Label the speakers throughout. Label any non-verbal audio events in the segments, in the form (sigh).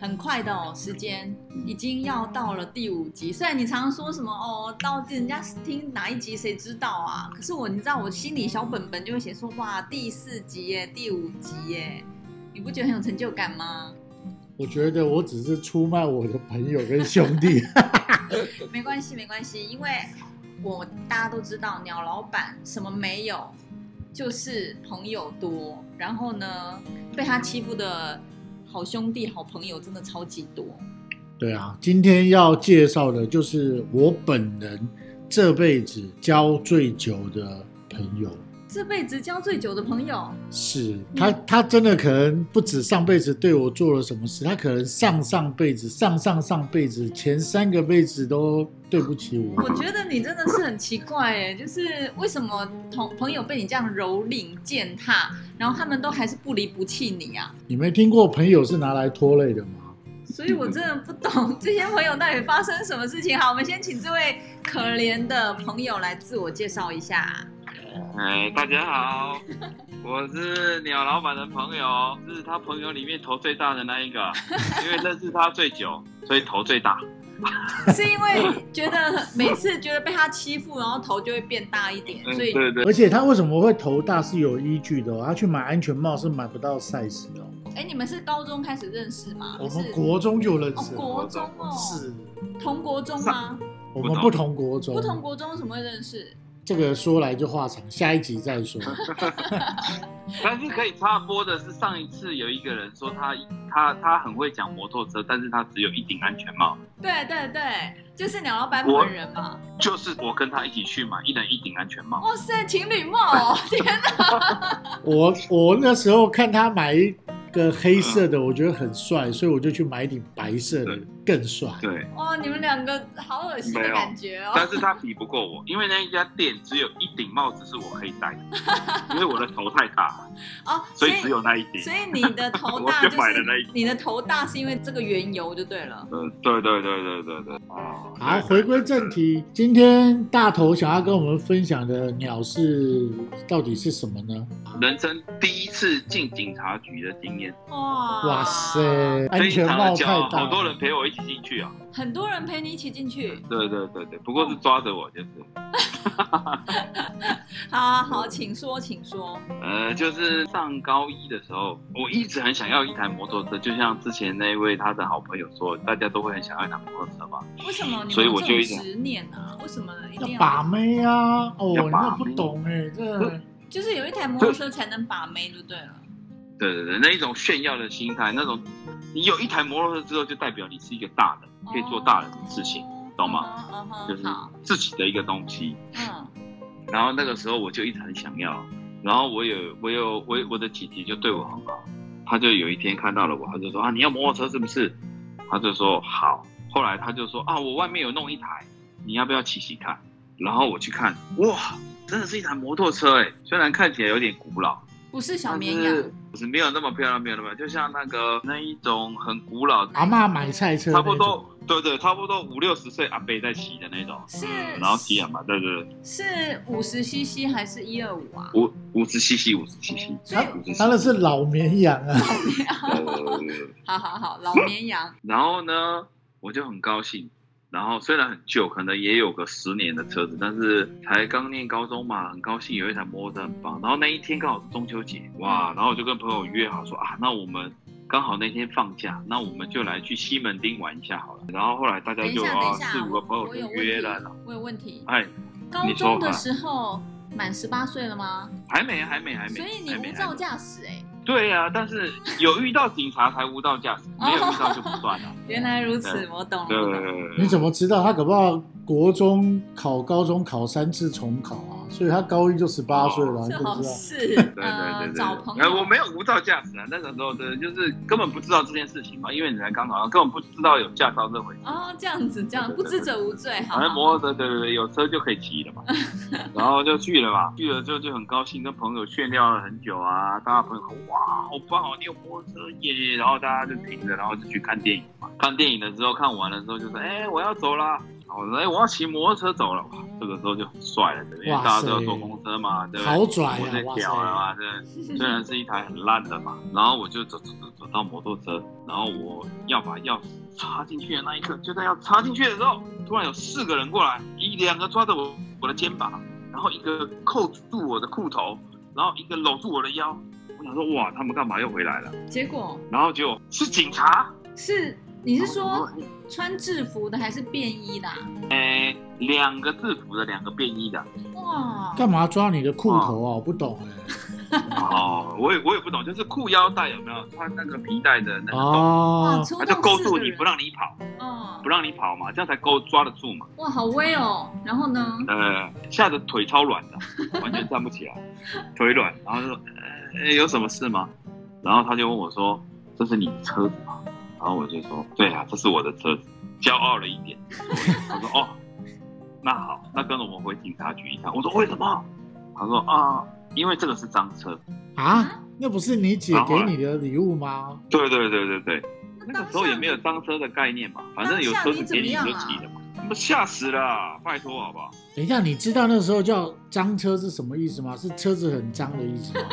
Speaker 1: 很快的哦，时间已经要到了第五集。虽然你常常说什么哦，到底人家听哪一集谁知道啊？可是我，你知道我心里小本本就会写说，哇，第四集耶，第五集耶，你不觉得很有成就感吗？
Speaker 2: 我觉得我只是出卖我的朋友跟兄弟。 (laughs)
Speaker 1: 没关系，没关系，因为我大家都知道鸟老板什么没有，就是朋友多。然后呢，被他欺负的好兄弟、好朋友真的超级多。
Speaker 2: 对啊，今天要介绍的就是我本人这辈子交最久的朋友。
Speaker 1: 这辈子交最久的朋友，
Speaker 2: 是他，
Speaker 1: 嗯
Speaker 2: 他真的可能不止上辈子对我做了什么事，他可能上上辈子、上上上辈子、前三个辈子都对不起我。
Speaker 1: 我觉得你真的是很奇怪哎，就是为什么同朋友被你这样蹂躏践踏，然后他们都还是不离不弃你啊？
Speaker 2: 你没听过朋友是拿来拖累的吗？
Speaker 1: 所以我真的不懂这些朋友到底发生什么事情。好，我们先请这位可怜的朋友来自我介绍一下。
Speaker 3: 哎，大家好，我是鸟老板的朋友，是他朋友里面头最大的那一
Speaker 1: (laughs)
Speaker 3: 个，因为认识他最久，所以头最大。
Speaker 1: (laughs) 是因为觉得每次觉得被他欺负，然后头就会变大一点，
Speaker 3: 嗯，
Speaker 1: 所以
Speaker 3: 对对，
Speaker 2: 而且他为什么会头大是有依据的、哦，他去买安全帽是买不到 size 的哦、
Speaker 1: 哎，你们是高中开始认识吗？
Speaker 2: 我
Speaker 1: 还
Speaker 2: 们
Speaker 1: 哦是
Speaker 2: 哦国中就认
Speaker 1: 哦
Speaker 2: 识了，
Speaker 1: 国中哦，
Speaker 2: 是
Speaker 1: 同国中吗？
Speaker 2: 我们不同国中，
Speaker 1: 不同国中怎么会认识？
Speaker 2: 这个说来就话长，下一集再
Speaker 1: (laughs)
Speaker 2: 说。
Speaker 3: 但是可以插播的是，上一次有一个人说他他他很会讲摩托车，但是他只有一顶安全帽，
Speaker 1: 对对对，就是鸟老板
Speaker 3: 我
Speaker 1: 本人嘛。
Speaker 3: 就是我跟他一起去买，一人一顶安全帽。
Speaker 1: 哇塞，情侣梦 (laughs) 哦！天哪，
Speaker 2: 我我那时候看他买一个黑色的，我觉得很帅，所以我就去买一顶白色的
Speaker 3: 嗯对，
Speaker 2: 更帅。
Speaker 3: 对，
Speaker 1: 哇，哦你们两个好恶心的感觉哦。
Speaker 3: 但是他比不过我，因为那一家店只有一顶帽子是我可以戴的，因为我的头太大了，
Speaker 1: 哦，所
Speaker 3: 所以只有那一顶。
Speaker 1: 所以你的头大
Speaker 3: (laughs) 我
Speaker 1: 就
Speaker 3: 就买了那一
Speaker 1: 是你的头大是因为这个缘由就对了。
Speaker 3: 嗯，对对对对对对。哦，
Speaker 2: 好，回归正题，今天大头想要跟我们分享的鸟是到底是什么呢？
Speaker 3: 人生第一次进警察局的经验，
Speaker 1: 哇
Speaker 2: 哇塞，安
Speaker 3: 非
Speaker 2: 全
Speaker 3: 常的
Speaker 2: 帽
Speaker 3: 骄
Speaker 2: 太
Speaker 3: 傲，
Speaker 2: 大，
Speaker 3: 好多人陪我一起进去啊。
Speaker 1: 很多人陪你一起进去。
Speaker 3: 对对对对，不过是抓着我就是，
Speaker 1: 好好好，请说，请说。
Speaker 3: 呃，就是上高一的时候，我一直很想要一台摩托车，就像之前那一位他的好朋友说，大家都会很想要一台摩托车嘛。
Speaker 1: 为什么你
Speaker 3: 嗯所以
Speaker 1: 们
Speaker 3: 我
Speaker 1: 这
Speaker 3: 就
Speaker 1: 种
Speaker 3: 一直
Speaker 1: 执念啊？为什么一定
Speaker 2: 要
Speaker 1: 要
Speaker 2: 把？妹啊！哦，
Speaker 3: 要
Speaker 2: 你
Speaker 3: 把
Speaker 2: 那不
Speaker 3: 妹
Speaker 2: 懂哎、这
Speaker 1: 就是有一台摩托车才能把妹就对了。
Speaker 3: 对对对，那一种炫耀的心态，那种你有一台摩托车之后，就代表你是一个大人，可以做大人的事情，懂吗？
Speaker 1: 嗯哼？
Speaker 3: 就
Speaker 1: 嗯
Speaker 3: 是
Speaker 1: 哼，哦好，
Speaker 3: 自己的一个东西。
Speaker 1: 嗯，
Speaker 3: 然后那个时候我就一直很想要，然后我有我有我我的姐姐就对我很好，她就有一天看到了我，她就说啊你要摩托车是不是？她就说好，后来她就说啊我外面有弄一台，你要不要骑骑看？然后我去看，哇，真的是一台摩托车哎、虽然看起来有点古老，
Speaker 1: 不是小
Speaker 3: 但
Speaker 1: 绵羊，
Speaker 3: 是不是没有那么漂亮，没有那么就像那个那一种很古老，
Speaker 2: 阿嬷买菜车
Speaker 3: 差不
Speaker 2: 那
Speaker 3: 多
Speaker 2: 种
Speaker 3: 对对，差不多五六十岁阿伯在骑的那种，
Speaker 1: 是
Speaker 3: 嗯然后骑很嘛，对对对。
Speaker 1: 是五十 CC 还是一二五啊？
Speaker 3: 五五十 CC，五十 CC，
Speaker 1: 所以
Speaker 2: 他那是老绵羊啊！
Speaker 3: 嗯呃，
Speaker 1: 好好好，老绵
Speaker 3: (laughs)
Speaker 1: 羊，
Speaker 3: 然后呢，我就很高兴。然后虽然很旧，可能也有个十年的车子，但是才刚念高中嘛，很高兴有一台摩托车，很棒。然后那一天刚好是中秋节，
Speaker 2: 嗯
Speaker 3: 哇！然后我就跟朋友约好说啊，那我们刚好那天放假，那我们就来去西门町玩一下好了。然后后来大家
Speaker 1: 等一
Speaker 3: 就
Speaker 1: 下，
Speaker 3: 啊
Speaker 1: 等一下
Speaker 3: 四，五个朋友
Speaker 1: 我有
Speaker 3: 就
Speaker 1: 问
Speaker 3: 约
Speaker 1: 题
Speaker 3: 了，然后，
Speaker 1: 我有问题。
Speaker 3: 哎，
Speaker 1: 高
Speaker 3: 你
Speaker 1: 中
Speaker 3: 说
Speaker 1: 的
Speaker 3: 吧
Speaker 1: 时候满十八岁了吗？
Speaker 3: 还没，还没，还没。
Speaker 1: 所以你
Speaker 3: 还没
Speaker 1: 无照？驾驶哎，
Speaker 3: 还没对呀、但是有遇到警察才无照驾驶，没有遇到就不算
Speaker 1: (laughs)
Speaker 3: 了。
Speaker 1: 原来如此，我懂
Speaker 3: 对
Speaker 1: 了。我
Speaker 3: 对
Speaker 1: 懂了
Speaker 3: 对对
Speaker 2: 你
Speaker 3: 对，
Speaker 2: 怎么知道？他搞不好国中考、高中考三次重考啊，所以他高一就十八岁
Speaker 3: 哦
Speaker 2: 了，你
Speaker 1: 最
Speaker 2: 怎么
Speaker 1: 好
Speaker 2: 知道？
Speaker 1: 是
Speaker 3: 对对对
Speaker 1: 呃
Speaker 3: 对，
Speaker 1: 找朋
Speaker 3: 哎我
Speaker 1: 友，
Speaker 3: 没有无照驾驶啊，那个时候的就是根本不知道这件事情嘛，因为你才刚考上，根本不知道有驾照这回
Speaker 1: (laughs)
Speaker 3: 事。
Speaker 1: 哦，这样子这样，
Speaker 3: 对
Speaker 1: 不
Speaker 3: 对对
Speaker 1: 知者无罪，好
Speaker 3: 反正
Speaker 1: 好。
Speaker 3: 摩托车对对对，有车就可以
Speaker 1: (laughs)
Speaker 3: 骑了嘛，然后就去了嘛，去了之后就很高兴，跟朋友炫耀了很久啊，大家朋友说哇好棒哦，你有摩托车耶，然后大家就停了，然后就去看电影嘛，看电影的时候看完了之后就说哎、我要走啦，然后我说哎、我要骑摩托车走了，哇这个时候就很帅了，对不对？因
Speaker 2: 哇
Speaker 3: 为
Speaker 2: 塞
Speaker 3: 大家都要坐公车嘛，对不对？
Speaker 2: 好拽
Speaker 3: 我在
Speaker 2: 啊！哇
Speaker 3: 屌
Speaker 2: 塞，
Speaker 3: 啊，这虽然是一台很烂的嘛，然后我就走走走走到摩托车，然后我要把钥匙插进去的那一刻，就在要插进去的时候，突然有四个人过来，一两个抓着我我的肩膀，然后一个扣住我的裤头，然后一个搂住我的腰。我想说，哇，他们干嘛又回来了？
Speaker 1: 结果
Speaker 3: 然后结果是警察。
Speaker 1: 是你是
Speaker 3: 然后
Speaker 1: 说
Speaker 3: 我就，
Speaker 1: 穿制服的还是便衣的啊？
Speaker 3: 哎，两个制服的，两个便衣的。
Speaker 1: 哇，
Speaker 2: 干嘛抓你的裤头啊？我不懂
Speaker 3: 哦，我也我也不懂，就是裤腰带有没有穿那个皮带的
Speaker 2: 哎。
Speaker 3: 那个
Speaker 2: (laughs)
Speaker 3: 洞，
Speaker 2: 哦
Speaker 1: 哇，，冲
Speaker 3: 他
Speaker 1: 动
Speaker 3: 就勾
Speaker 1: 四
Speaker 3: 住
Speaker 1: 个
Speaker 3: 你
Speaker 1: 人
Speaker 3: 不让你跑。
Speaker 1: 哦
Speaker 3: 不，让你跑嘛，这样才够抓得住嘛。
Speaker 1: 哇，好威哦。然后呢？
Speaker 3: 呃，吓得腿超软 (laughs) 的，完全站不起来，腿软。然后就说、呃，有什么事吗？然后他就问我说：“这是你车子吗？”然后我就说：“对啊，这是我的车子。”骄傲了一点，他说：“哦， (laughs) 那好，那跟着我们回警察局一趟。”我说：“为什么？”他说：“啊，因为这个是赃车。
Speaker 2: 啊，那不是你姐给你的礼物吗”？
Speaker 3: 对对对对对，那
Speaker 1: 当
Speaker 3: 个时候
Speaker 1: 下
Speaker 3: 也没有
Speaker 1: 你
Speaker 3: 赃车的概念嘛，反正有车子给你就骑的嘛，那么啊吓死了啊，拜托好不好？
Speaker 2: 等一下，你知道那时候叫脏车是什么意思吗？是车子很脏的意思吗？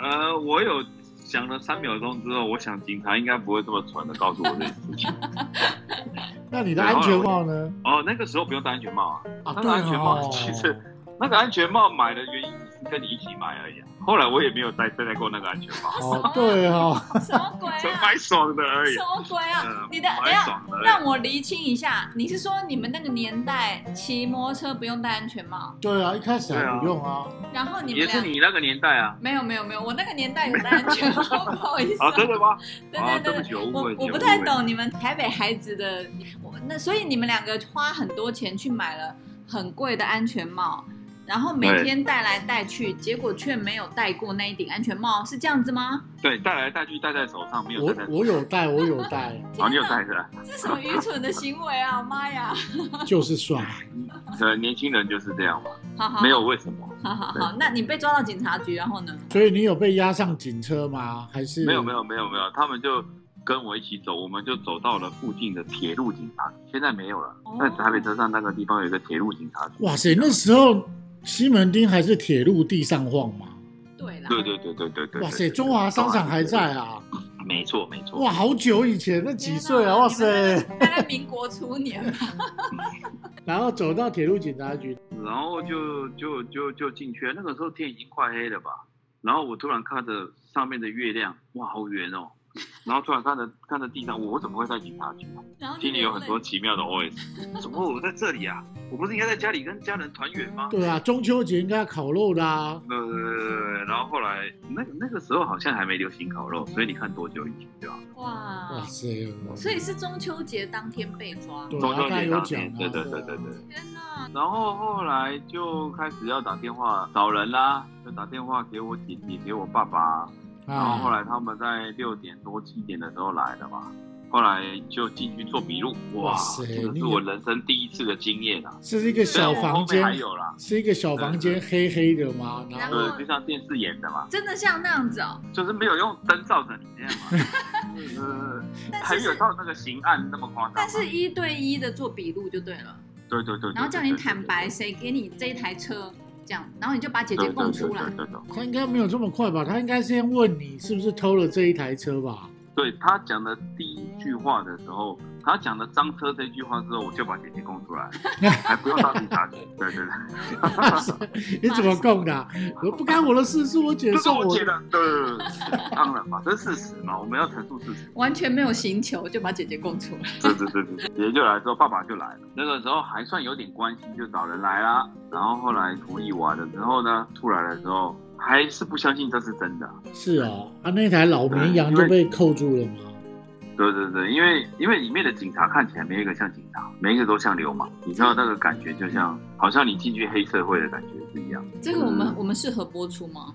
Speaker 3: 呃，我有想了三秒钟之后，我想警察应该不会这么蠢的告诉我这件事情。 (laughs)
Speaker 2: 那你的安全帽呢？
Speaker 3: 哦，那个时候不用戴安全帽啊，
Speaker 2: 啊，
Speaker 3: 那
Speaker 2: 对
Speaker 3: 个安全帽
Speaker 2: 哦，
Speaker 3: 其实那个安全帽买的原因只是跟你一起买
Speaker 1: (laughs)
Speaker 3: 而已、啊。后来我也没有再再戴过那个安全帽，
Speaker 2: 哦，对哦，
Speaker 1: (laughs) 什么鬼
Speaker 3: (laughs) 就
Speaker 1: 啊？
Speaker 3: 买爽的而已
Speaker 1: 什。么鬼啊
Speaker 3: 嗯？
Speaker 1: 你的等一
Speaker 3: 买
Speaker 1: 下，
Speaker 3: 爽的而已。
Speaker 1: 让我厘清一下，你是说你们那个年代骑摩托车不用戴安全帽，
Speaker 2: 对啊，一开始还不用啊，
Speaker 1: 然后你
Speaker 3: 也
Speaker 1: 们
Speaker 3: 是
Speaker 1: 俩
Speaker 3: 你那个年代啊？
Speaker 1: 没有没有没有，我那个年代有戴安全帽，
Speaker 3: (laughs)
Speaker 1: 不好意思、
Speaker 3: 啊，真的吗？
Speaker 1: 对
Speaker 3: 啊，
Speaker 1: 对
Speaker 3: 对
Speaker 1: 对
Speaker 3: 不
Speaker 1: 对。
Speaker 3: 起，我误
Speaker 1: 我
Speaker 3: 会你。
Speaker 1: 我不
Speaker 3: 误
Speaker 1: 太
Speaker 3: 会。
Speaker 1: 懂你们台北孩子的，我那所以你们两个花很多钱去买了很贵的安全帽，然后每
Speaker 3: 对
Speaker 1: 天戴来戴去，结果却没有戴过那一顶安全帽，是这样子吗？
Speaker 3: 对，戴来戴去戴在手上，没有
Speaker 2: 我
Speaker 3: 戴在。
Speaker 2: 我有戴，我有戴，
Speaker 3: (laughs) 啊，你
Speaker 1: 天
Speaker 3: 有
Speaker 1: 哪
Speaker 3: 戴是吧？
Speaker 1: 这什么愚蠢的行为啊！妈
Speaker 3: (laughs)
Speaker 1: 呀，
Speaker 2: 就是帅。
Speaker 3: 呃，年轻人就是这样嘛，
Speaker 1: 好好
Speaker 3: 没，有为什么。
Speaker 1: 好好好，那你被抓到警察局，然后呢？
Speaker 2: 所以你有被押上警车吗？还是
Speaker 3: 没有没有没有没有，他们就跟我一起走，我们就走到了附近的铁路警察局。现在没有了
Speaker 1: 哦，
Speaker 3: 在台北车站那个地方有一个铁路警察局。
Speaker 2: 哇塞，那时候西门町还是铁路地上晃嘛？
Speaker 1: 对啦，
Speaker 3: 对对对对对对。
Speaker 2: 哇
Speaker 3: 对
Speaker 2: 塞，中华商场还在。啊！
Speaker 3: 对没错没错。
Speaker 2: 哇，好久以前，那几岁
Speaker 1: 天
Speaker 2: 啊？
Speaker 1: 哪
Speaker 2: 哇
Speaker 1: 你
Speaker 2: 塞
Speaker 1: 们！大概民国初年吧。
Speaker 2: 然后走到铁路警察局，
Speaker 3: 然后就就就就进去了，那个时候天已经快黑了吧。然后我突然看着上面的月亮，哇，好圆哦。然后突然看着看着地上，我怎么会在警察局啊？
Speaker 2: (laughs)
Speaker 1: 然后
Speaker 3: 心里有很多
Speaker 1: 钱，
Speaker 3: 奇妙的 OS，怎么我在这里啊？我不是应该在家里跟家人团圆吗？
Speaker 2: 对啊，中秋节应该要烤肉的啊。
Speaker 3: 呃，然后后来那那个时候好像还没流行烤肉，所以你看多久以前对吧？
Speaker 2: 哇
Speaker 3: 嗯
Speaker 1: 哇，
Speaker 2: 塞！
Speaker 1: 所以是中秋节当天被抓。
Speaker 2: 对
Speaker 3: 中
Speaker 2: 啊，
Speaker 3: 秋
Speaker 2: 刚才
Speaker 3: 节
Speaker 2: 有
Speaker 3: 当
Speaker 2: 讲
Speaker 3: 天，
Speaker 2: 啊，
Speaker 3: 对对
Speaker 2: 对
Speaker 3: 对对对
Speaker 2: 啊。。
Speaker 1: 天哪，
Speaker 3: 然后后来就开始要打电话找人啦，就打电话给我姐姐，给我爸爸。然后后
Speaker 2: 啊，
Speaker 3: 来他们在六点多七点的时候来的嘛，后来就进去做笔录，哇
Speaker 2: 哇，塞
Speaker 3: 这个
Speaker 2: 你
Speaker 3: 是我人生第一次的经验啊！
Speaker 2: 这是一个
Speaker 3: 虽然
Speaker 2: 小
Speaker 3: 我
Speaker 2: 房
Speaker 3: 后面
Speaker 2: 间，
Speaker 3: 还有啦，
Speaker 2: 是一个小房间，黑黑的吗？然
Speaker 1: 然
Speaker 2: 后
Speaker 1: 后
Speaker 3: 对，就像电视演的嘛，
Speaker 1: 真的像那样子哦。
Speaker 3: 就是没有用灯照着你这样
Speaker 2: (laughs)
Speaker 3: 嘛，呃，
Speaker 1: 但
Speaker 3: 还
Speaker 1: 是
Speaker 3: 有
Speaker 1: 是
Speaker 3: 到那个刑案那么夸张吗，啊
Speaker 1: 但是一对一的做笔录就对了，
Speaker 3: 对对对，对
Speaker 1: 然后叫你坦白，
Speaker 3: 对
Speaker 1: 谁给你这一台车，这样，然后你就把姐
Speaker 3: 嗯对
Speaker 1: 姐
Speaker 3: 对
Speaker 1: 供
Speaker 3: 对
Speaker 1: 出来
Speaker 3: 对。对对对
Speaker 2: 他应该没有这么快吧？他应该先问你是不是偷了这一台车吧？
Speaker 3: 对他讲的第一句话的时候，他讲的脏车这句话之后，我就把姐姐供出来，还不用到警察局，对对对，
Speaker 2: 你怎么供的啊？我不干我的事，是我姐
Speaker 3: 这是
Speaker 2: 送
Speaker 3: 我
Speaker 2: 我
Speaker 3: 姐
Speaker 2: 的。
Speaker 3: 的，对对对对对，当然嘛，这是事实嘛，我们要陈述事实。
Speaker 1: 完全没有刑求就把姐姐供出来，
Speaker 3: 对对对对，姐姐就来之后，爸爸就来了。那个时候还算有点关系，就找人来啦。然后后来处理完了之后呢，出来的时候，还是不相信这是真的啊、
Speaker 2: 是哦，啊，那台老绵羊就被扣住了嘛。
Speaker 3: 对对对，因为因为里面的警察看起来没一个像警察，每一个都像流氓，你知道那个感觉就像好像你进去黑社会的感觉是一样。
Speaker 1: 这个我
Speaker 3: 嗯
Speaker 1: 们我们适合播出吗？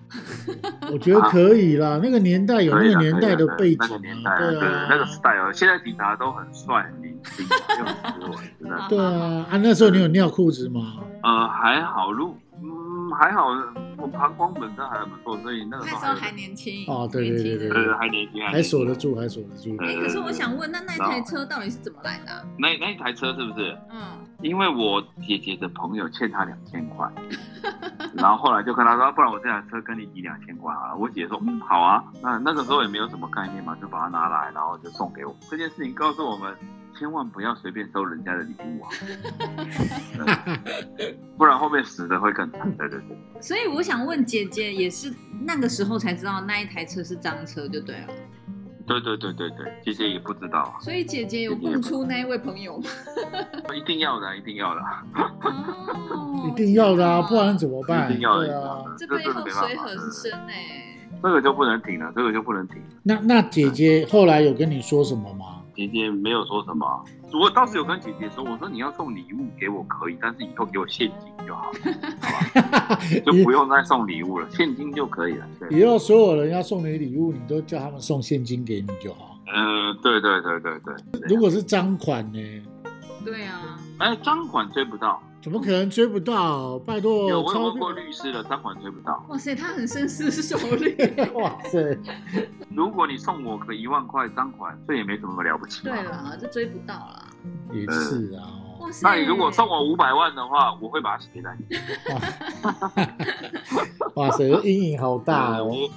Speaker 2: 我觉得可以啦，那个年代有
Speaker 3: 可
Speaker 2: 那
Speaker 3: 以
Speaker 2: 个
Speaker 3: 啦
Speaker 2: 年代的
Speaker 3: 可
Speaker 2: 背
Speaker 3: 以
Speaker 2: 景
Speaker 3: 啊啦那个年代
Speaker 2: 啊，
Speaker 3: 啊，对
Speaker 2: 对
Speaker 3: 对
Speaker 2: 啊，
Speaker 3: 那个 style，现在警察都很帅很年轻，又很
Speaker 1: (laughs)
Speaker 3: 斯文，真的。
Speaker 2: 对啊，啊，那时候你有尿裤子吗？
Speaker 3: 呃，还好，如嗯还好，我膀胱本身还不错，所以那个
Speaker 1: 那
Speaker 3: 时
Speaker 1: 时
Speaker 3: 候
Speaker 1: 候
Speaker 3: 还
Speaker 1: 还年轻
Speaker 2: 哦对对对
Speaker 1: 年轻人
Speaker 2: 对对
Speaker 3: 呃还年轻，
Speaker 2: 还锁
Speaker 3: 年
Speaker 2: 得
Speaker 3: 轻。
Speaker 2: 住，还锁得住。
Speaker 1: 哎、
Speaker 3: 对
Speaker 1: 可是我想问，那那一台车到底是怎么来的啊、
Speaker 3: 那那一台车是不是？
Speaker 1: 嗯，
Speaker 3: 因为我姐姐的朋友欠她两千块， (laughs) 然后后来就跟她说，啊不然我这台车跟你抵两千块啊。我姐说，嗯，好啊。那那个时候也没有什么概念嘛，就把它拿来，然后就送给我。这件事情告诉我们，千万不要随便收人家的礼物啊， (laughs) 对不然后面死的会更惨。对对对，
Speaker 1: 所以我想问，姐姐也是那个时候才知道那一台车是赃车，就对了。
Speaker 3: 对对对对对，姐姐也不知道啊，
Speaker 1: 所以姐姐有供出那一位朋友吗？
Speaker 3: 一定要的啊，一定要的啊，
Speaker 1: 哦
Speaker 2: 一定要的啊，
Speaker 1: 天哪
Speaker 2: 不然怎么办？
Speaker 3: 一定要的，一
Speaker 2: 对
Speaker 3: 定要
Speaker 2: 啊，
Speaker 3: 的
Speaker 1: 哦这
Speaker 3: 这
Speaker 1: 背
Speaker 3: 真的
Speaker 1: 后
Speaker 3: 没办
Speaker 1: 水
Speaker 3: 法，
Speaker 1: 很
Speaker 3: 对对对
Speaker 1: 深哎、
Speaker 3: 这个就不能停了，这个就不能停。
Speaker 2: 那那姐姐后来有跟你说什么吗？
Speaker 3: 姐姐没有说什么，我倒是有跟姐姐说，我说你要送礼物给我可以，但是以后给我现金就好，
Speaker 2: (laughs)
Speaker 3: 就不用再送礼物了，现金就可以了。对，
Speaker 2: 以后所有人要送你礼物，你都叫他们送现金给你就好。
Speaker 3: 呃，对对对对对。啊
Speaker 2: 如果是赃款呢？
Speaker 1: 对啊，
Speaker 3: 哎，赃款追不到，
Speaker 2: 怎么可能追不到？拜托
Speaker 3: 有，我有
Speaker 2: 哦钞
Speaker 3: 问过
Speaker 2: 票！
Speaker 3: 律师了，赃款追不到。
Speaker 1: 哇塞，他很深思熟虑。
Speaker 2: (laughs) 哇塞，
Speaker 3: 如果你送我个一万块赃款，这也没什么了不起嘛
Speaker 1: 对。啊啦，这追不到啦。
Speaker 2: 也是啊。哦
Speaker 1: 哇塞，
Speaker 3: 那你如果送我五百万的话，我会把它写在你
Speaker 2: 哇塞，这阴影好大哦！
Speaker 3: 我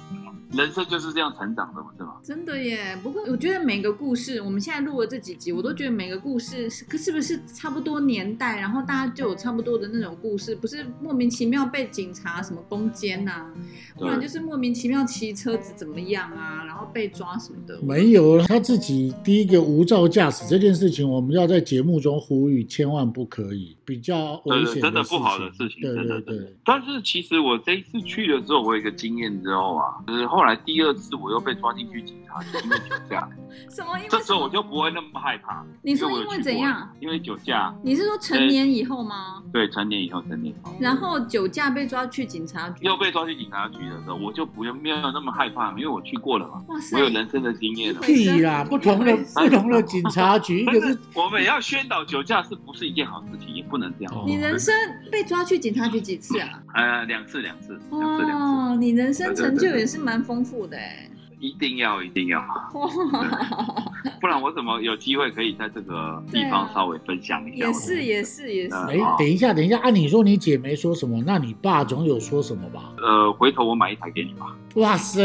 Speaker 3: 人生就是这样成长的嘛，是吗？
Speaker 1: 真的耶，不过我觉得每个故事，我们现在录了这几集，我都觉得每个故事是可是不是差不多年代，然后大家就有差不多的那种故事，不是莫名其妙被警察什么攻坚呐、不然就是莫名其妙骑车子怎么样啊，然后被抓什么的。
Speaker 2: 没有他自己第一个无照驾驶这件事情，我们要在节目中呼吁，千万不可以，比较危险
Speaker 3: 对，真的
Speaker 2: 事情
Speaker 3: 不好的事情，
Speaker 2: 对
Speaker 3: 真的
Speaker 2: 对
Speaker 3: 真的
Speaker 2: 对，。
Speaker 3: 但是其实我这一次去了之后，我有一个经验之后啊，就是后来第二次我又被抓进去警察局，因为酒
Speaker 1: (laughs)
Speaker 3: 驾，
Speaker 1: 什么？因为
Speaker 3: 这时候我就不会那么害怕。
Speaker 1: 你说
Speaker 3: 我
Speaker 1: 因
Speaker 3: 有去
Speaker 1: 为
Speaker 3: 过
Speaker 1: 怎样？？
Speaker 3: 因为酒驾，
Speaker 1: 你是说成年以后吗？
Speaker 3: 对，成年以后，成年以后。
Speaker 1: 然后酒驾被抓去警察局？
Speaker 3: 又被抓去警察局的时候，我就不用没有那么害怕，因为我去过了嘛，
Speaker 1: 哇塞
Speaker 3: 我！有人生的经验了。啊
Speaker 1: 对
Speaker 2: 屁啦！不同的不
Speaker 3: 哎
Speaker 2: 同的警察局，一
Speaker 3: 但
Speaker 2: 个是
Speaker 3: 是我们也要宣导酒驾是不是一件好事情，也不能这样。
Speaker 2: 哦
Speaker 1: 你人生被抓去警察局几次啊？
Speaker 3: 呃，两次，两次，两次，两次，
Speaker 1: 哦，你人生成就也是蛮丰富的哎。
Speaker 3: 一定要，一定要。
Speaker 1: 哇，
Speaker 3: 不然我怎么有机会可以在这个地方稍微分享一下？
Speaker 1: 啊也是也是也是，
Speaker 2: 哎
Speaker 3: 哦，
Speaker 2: 等一下，等一下，按、你说你姐没说什么，那你爸总有说什么吧？
Speaker 3: 呃，回头我买一台给你吧。
Speaker 2: 哇塞！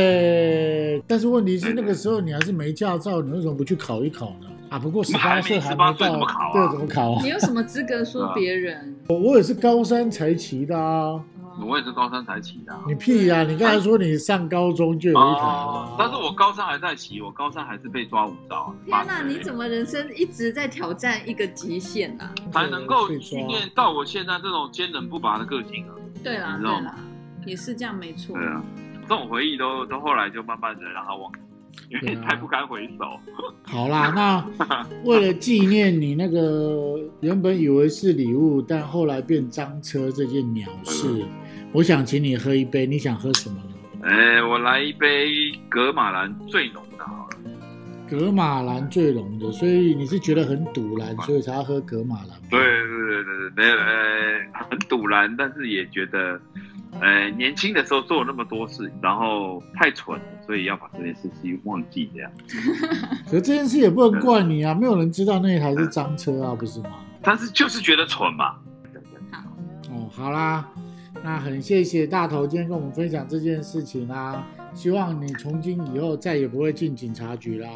Speaker 2: 但是问题是，
Speaker 3: 嗯
Speaker 2: 那个时候你还是没驾照，你为什么不去考一考呢？啊，不过十八
Speaker 3: 还没
Speaker 2: 岁还
Speaker 3: 18
Speaker 2: 没
Speaker 3: 岁
Speaker 2: 到，
Speaker 3: 怎么考啊
Speaker 2: 对，怎么考啊
Speaker 1: 你？有什么资格说别
Speaker 3: (laughs)
Speaker 1: 人？
Speaker 2: 我我也是高三才骑的啊！
Speaker 3: 我也是高三才骑的啊、
Speaker 2: 你屁呀、你刚才说你上高中就有一台啊了、
Speaker 3: 哦但是我高三还在骑，我高三还是被抓五招啊。
Speaker 1: 天哪，你怎
Speaker 3: 么
Speaker 1: 么人生一直在挑战一个极限啊呐？
Speaker 3: 才能够
Speaker 2: 被抓
Speaker 3: 训练到我现在这种坚韧不拔的个性啊？
Speaker 1: 对啦
Speaker 3: 你知
Speaker 1: 对
Speaker 3: 道
Speaker 1: 啦
Speaker 3: 吗，
Speaker 1: 也是这样没错。
Speaker 3: 对啊，这种回忆都都后来就慢慢的让它忘记，因为
Speaker 2: 对啊
Speaker 3: 太不堪回首。
Speaker 2: 好啦，那为了纪念你那个原本以为是礼物，但后来变赃车这件鸟
Speaker 3: 嗯
Speaker 2: 事，我想请你喝一杯，你想喝什么呢？
Speaker 3: 哎，我来一杯格马兰最浓的好了，
Speaker 2: 格马兰最浓的，所以你是觉得很堵然，所以才要喝格马兰。
Speaker 3: 对对对对对，没有，呃，很堵然，但是也觉得，呃，年轻的时候做了那么多事，然后太蠢了，所以要把这件事情忘记这样。
Speaker 2: 可这件事也不能怪你啊，没有人知道那一台是赃车啊，不是吗？
Speaker 3: 但是就是觉得蠢嘛。
Speaker 1: 好，
Speaker 2: 哦，好啦，那很谢谢大头今天跟我们分享这件事情啦，希望你从今以后再也不会进警察局啦。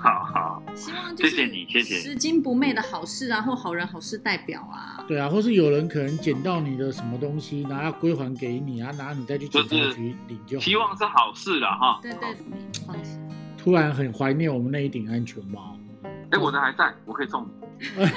Speaker 3: 好好，
Speaker 1: 希望就是
Speaker 3: 谢谢你谢谢
Speaker 1: 拾金不昧的好事啊，或好人好事代表啊。
Speaker 2: 对啊，或是有人可能捡到你的什么东西，然后要归还给你啊，然后你再去警察局领就好。
Speaker 3: 希望是好事了哈。
Speaker 1: 对对，放心。
Speaker 2: 突然很怀念我们那一顶安全帽。
Speaker 3: 哎，我的还在，我可以送你。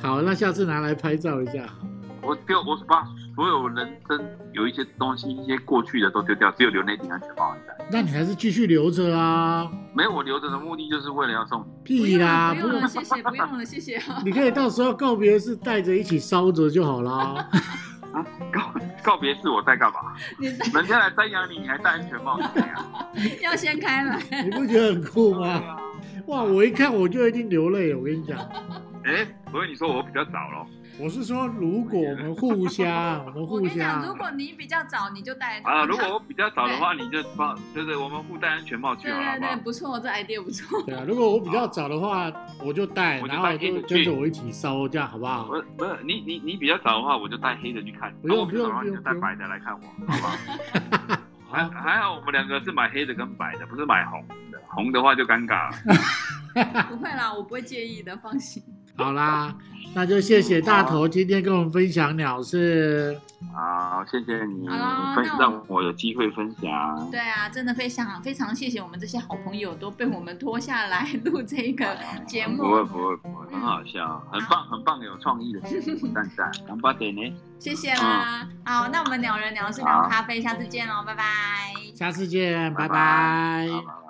Speaker 2: 好，那下次拿来拍照一下好了。
Speaker 3: 我丢，我把所有人生有一些东西、一些过去的都丢掉，只有留那顶安全帽在。
Speaker 2: 那你还是继续留着啊？
Speaker 3: 没有，我留着的目的就是为了要送你。
Speaker 1: 不
Speaker 2: 屁
Speaker 1: 用
Speaker 2: 啦，
Speaker 1: 了，
Speaker 2: 不
Speaker 1: 不
Speaker 2: 用
Speaker 1: 用啊了，，谢谢，不用了，谢谢。啊
Speaker 2: 你可以到时候告别是带着一起烧着就好啦。
Speaker 3: 告告别式我在干嘛？
Speaker 1: (laughs) 你 (laughs) 戴
Speaker 3: 人家来瞻仰你，你还戴安全帽，怎么样？
Speaker 1: 要先开门，
Speaker 2: (laughs) 你不觉得很酷
Speaker 3: 对
Speaker 2: 吗？
Speaker 3: 啊。
Speaker 2: 哇，我一看我就一定流泪了。我跟你讲，
Speaker 3: 哎，我跟你说，我比较早咯。
Speaker 2: 我是说，如果我们互
Speaker 1: (laughs)
Speaker 2: 相，我们
Speaker 1: 我
Speaker 2: 互
Speaker 1: 跟你讲，如
Speaker 2: 相，啊
Speaker 1: 果你比较早，你就戴
Speaker 3: 啊，如果我比较早的话，你就帮，就是我们互戴安全帽去
Speaker 1: 对
Speaker 3: 好了，好
Speaker 1: 对
Speaker 3: 不
Speaker 1: 对，
Speaker 3: 好？
Speaker 1: 不错，这 idea
Speaker 2: (laughs)
Speaker 1: 不错。
Speaker 2: 对啊，如果我比较早的话，我就带，
Speaker 3: 我就
Speaker 2: 然后
Speaker 3: 带
Speaker 2: 就
Speaker 3: 一起
Speaker 2: 跟
Speaker 3: 去
Speaker 2: 着我一起烧，这样好不好？
Speaker 3: 我不是你你你比较早的话，我就带黑的去看你；
Speaker 2: 不
Speaker 3: 然
Speaker 2: 用
Speaker 3: 后我比较早的话，
Speaker 2: 不
Speaker 3: 你
Speaker 2: 用
Speaker 3: 就
Speaker 2: 不
Speaker 3: 带
Speaker 2: 用
Speaker 3: 白的来看我，好不好？
Speaker 2: (laughs)
Speaker 3: 还
Speaker 2: 好，
Speaker 3: 还好，我们两个是买黑的跟白的，不是买红的。红的话就尴尬了。
Speaker 1: 不会啦，我不会介意的，
Speaker 2: (laughs)
Speaker 1: 放心。
Speaker 2: 好啦，那就谢谢大头今天跟我们分享鸟事。
Speaker 3: 好，啊谢谢你
Speaker 1: 好啦
Speaker 3: 分
Speaker 1: 那我
Speaker 3: 让我有机会分享。
Speaker 1: 对啊，真的非常非常谢谢我们这些好朋友都被我们拖下来录这
Speaker 3: (laughs)
Speaker 1: 个
Speaker 3: 啊
Speaker 1: 节目嗯
Speaker 3: 不。会不会不会，很好笑，很棒很棒，有创意的节目，赞
Speaker 1: (laughs)
Speaker 3: 赞，干巴点呢。
Speaker 1: 谢谢啦。
Speaker 3: 嗯
Speaker 1: 好，那我们鸟人鸟事聊咖啡，下次见喽，拜拜。
Speaker 2: 下次见，拜
Speaker 3: 拜
Speaker 2: 拜
Speaker 3: 好，拜拜。